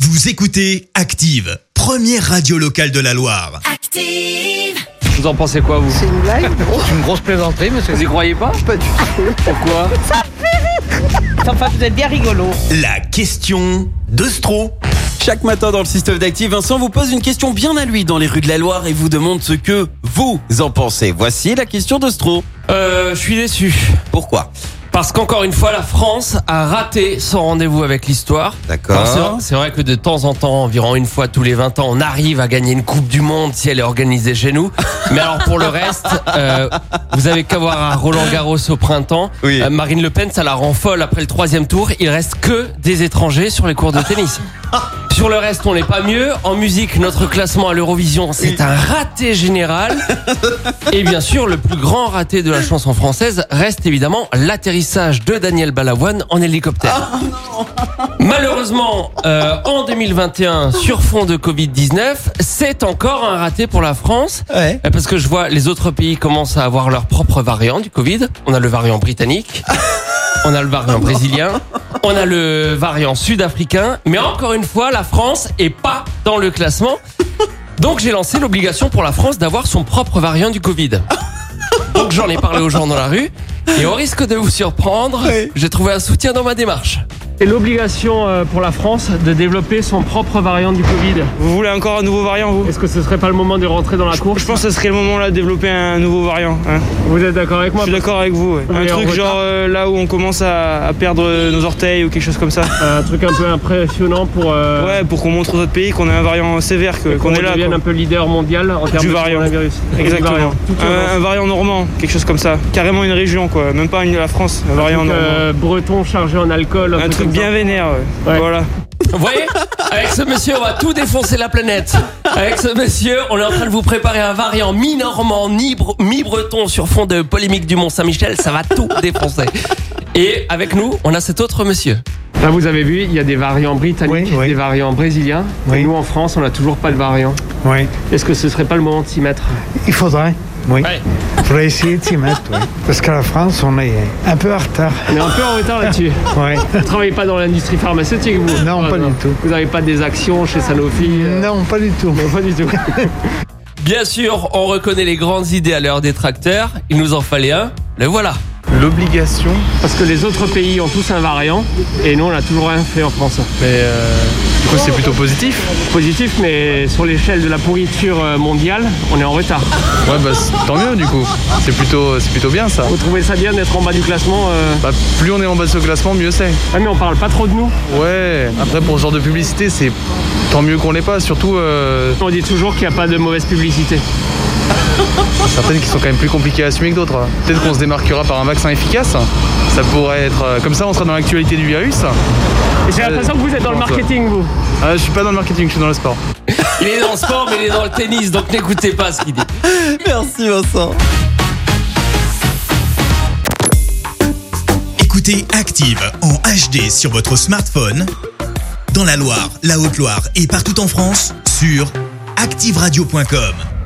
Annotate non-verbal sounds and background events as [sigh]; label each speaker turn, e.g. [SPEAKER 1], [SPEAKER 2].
[SPEAKER 1] Vous écoutez Active, première radio locale de la Loire.
[SPEAKER 2] Active.
[SPEAKER 3] Vous en pensez quoi, vous
[SPEAKER 4] C'est une blague
[SPEAKER 3] C'est une grosse plaisanterie, monsieur. Vous y croyez pas Pas du tout. Pourquoi
[SPEAKER 4] Enfin, vous êtes bien rigolo.
[SPEAKER 1] La question de Stro.
[SPEAKER 5] Chaque matin dans le système d'Active, Vincent vous pose une question bien à lui dans les rues de la Loire et vous demande ce que vous en pensez. Voici la question de Stro.
[SPEAKER 6] Euh, je suis déçu.
[SPEAKER 5] Pourquoi
[SPEAKER 6] Parce qu'encore une fois, la France a raté son rendez-vous avec l'histoire. Alors, c'est vrai-
[SPEAKER 5] D'accord.
[SPEAKER 6] C'est vrai que de temps en temps, environ une fois tous les 20 ans, on arrive à gagner une Coupe du Monde si elle est organisée chez
[SPEAKER 5] [laughs]
[SPEAKER 6] nous. Mais alors pour le reste, euh, vous avez qu'à voir à Roland Garros au printemps.
[SPEAKER 5] Oui.
[SPEAKER 6] Euh, Marine Le Pen, ça la rend folle après le troisième tour. Il reste que des étrangers sur les cours
[SPEAKER 5] [laughs]
[SPEAKER 6] de tennis. Sur le reste, on n'est pas mieux. En musique, notre classement à l'Eurovision, c'est un raté général. Et bien sûr, le plus grand raté de la chanson française reste évidemment l'atterrissage de Daniel Balavoine en hélicoptère. Malheureusement, euh, en 2021, sur fond de Covid-19, c'est encore un raté pour la France.
[SPEAKER 5] Ouais.
[SPEAKER 6] Euh, Parce que je vois les autres pays commencent à avoir leur propre variant du Covid. On a le variant
[SPEAKER 7] [laughs]
[SPEAKER 6] britannique, on a le variant brésilien, on a le variant sud-africain. Mais encore une fois, la France est pas dans le classement. Donc j'ai lancé l'obligation pour la France d'avoir son propre variant du Covid. Donc j'en ai parlé aux gens dans la rue. Et au risque de vous surprendre,
[SPEAKER 5] Ouais.
[SPEAKER 6] j'ai trouvé un soutien dans ma démarche.
[SPEAKER 8] et l'obligation euh, pour la France de développer son propre variant du Covid.
[SPEAKER 7] Vous voulez encore un nouveau variant, vous
[SPEAKER 8] Est-ce que ce serait pas le moment de rentrer dans la
[SPEAKER 7] Je
[SPEAKER 8] course
[SPEAKER 7] pense que ce serait le moment là de développer un nouveau variant. hein.
[SPEAKER 8] Vous êtes d'accord avec
[SPEAKER 7] Je
[SPEAKER 8] moi bah,
[SPEAKER 7] suis d'accord avec vous. ouais.
[SPEAKER 8] On
[SPEAKER 7] Un
[SPEAKER 8] est en
[SPEAKER 7] truc
[SPEAKER 8] retard.
[SPEAKER 7] genre euh, là où on commence à, à perdre euh, nos orteils ou quelque chose comme ça.
[SPEAKER 8] Un truc un peu impressionnant pour euh,
[SPEAKER 7] Ouais, pour qu'on montre aux autres pays qu'on a un variant sévère, que-
[SPEAKER 8] et
[SPEAKER 7] qu'on est là.
[SPEAKER 8] devienne
[SPEAKER 7] quoi.
[SPEAKER 8] un peu leader mondial en termes de
[SPEAKER 7] variant.
[SPEAKER 8] coronavirus. Du
[SPEAKER 7] Exactement.
[SPEAKER 8] variant. Tout
[SPEAKER 7] Un,
[SPEAKER 8] urgence.
[SPEAKER 7] un variant normand, quelque chose comme ça. Carrément une région, quoi. Même pas une, la France. Un variant
[SPEAKER 8] Donc,
[SPEAKER 7] normand.
[SPEAKER 8] euh, breton chargé en alcool.
[SPEAKER 7] Un
[SPEAKER 8] peu
[SPEAKER 7] truc
[SPEAKER 8] comme ça.
[SPEAKER 7] bien vénère, ouais.
[SPEAKER 8] Ouais.
[SPEAKER 7] Voilà.
[SPEAKER 6] Vous voyez Avec ce monsieur, on va tout défoncer la planète. Avec ce monsieur, on est en train de vous préparer un variant mi-normand, ni bre- mi-breton sur fond de polémique du Mont-Saint-Michel. Ça va tout défoncer. Et avec nous, on a cet autre monsieur.
[SPEAKER 8] Là, Ah, vous avez vu, il y a des variants britanniques, des variants brésiliens. Et nous, en France, on n'a toujours pas de variant. Est-ce que ce serait pas le moment de s'y mettre
[SPEAKER 9] Il faudrait, oui.
[SPEAKER 6] Ouais.
[SPEAKER 9] Il [laughs] faudrait essayer de s'y mettre, oui. Parce qu'à la France, on est un peu en retard.
[SPEAKER 8] On est un peu en retard là-dessus.
[SPEAKER 9] Ouais.
[SPEAKER 8] Vous travaillez pas dans l'industrie pharmaceutique, vous
[SPEAKER 9] Non,
[SPEAKER 8] Ah,
[SPEAKER 9] pas du tout.
[SPEAKER 8] Vous n'avez pas des actions chez Sanofi euh,
[SPEAKER 9] [laughs] Non, pas du tout.
[SPEAKER 8] [laughs] Pas du tout.
[SPEAKER 6] Bien sûr, on reconnaît les grandes idées à l'heure des tracteurs. Il nous en fallait un. Le voilà.
[SPEAKER 7] L'obligation.
[SPEAKER 8] Parce que les autres pays ont tous un variant et nous on a toujours rien fait en France.
[SPEAKER 7] Mais euh, du coup, c'est plutôt positif.
[SPEAKER 8] Positif, mais sur l'échelle de la pourriture euh, mondiale, on est en retard.
[SPEAKER 7] Ouais, bah tant mieux, du coup. C'est plutôt, plutôt bien, ça. Bah,
[SPEAKER 8] Vous trouvez ça bien d'être en bas du classement euh
[SPEAKER 7] plus on est en bas de ce classement, mieux c'est.
[SPEAKER 8] Ah mais on parle pas trop de nous.
[SPEAKER 7] Ouais, après pour ce genre de publicité, c'est tant mieux qu'on l'ait pas, surtout euh,
[SPEAKER 8] On dit toujours qu'il n'y a pas de mauvaise publicité.
[SPEAKER 7] certaines qui sont quand même plus compliquées à assumer que d'autres. hein. Peut-être qu'on se démarquera par un vaccin efficace. Ça pourrait être. euh, Comme ça, on sera dans l'actualité du virus.
[SPEAKER 8] Et J'ai l'impression que vous êtes dans le marketing, vous.
[SPEAKER 7] Ah, je suis pas dans le marketing, je suis dans le sport.
[SPEAKER 6] Il est dans le sport, mais il est dans le tennis, donc n'écoutez pas ce qu'il dit.
[SPEAKER 5] Merci Vincent.
[SPEAKER 1] Écoutez Active en HD sur votre smartphone, dans la Loire, la Haute-Loire et partout en France, sur activeradio.com.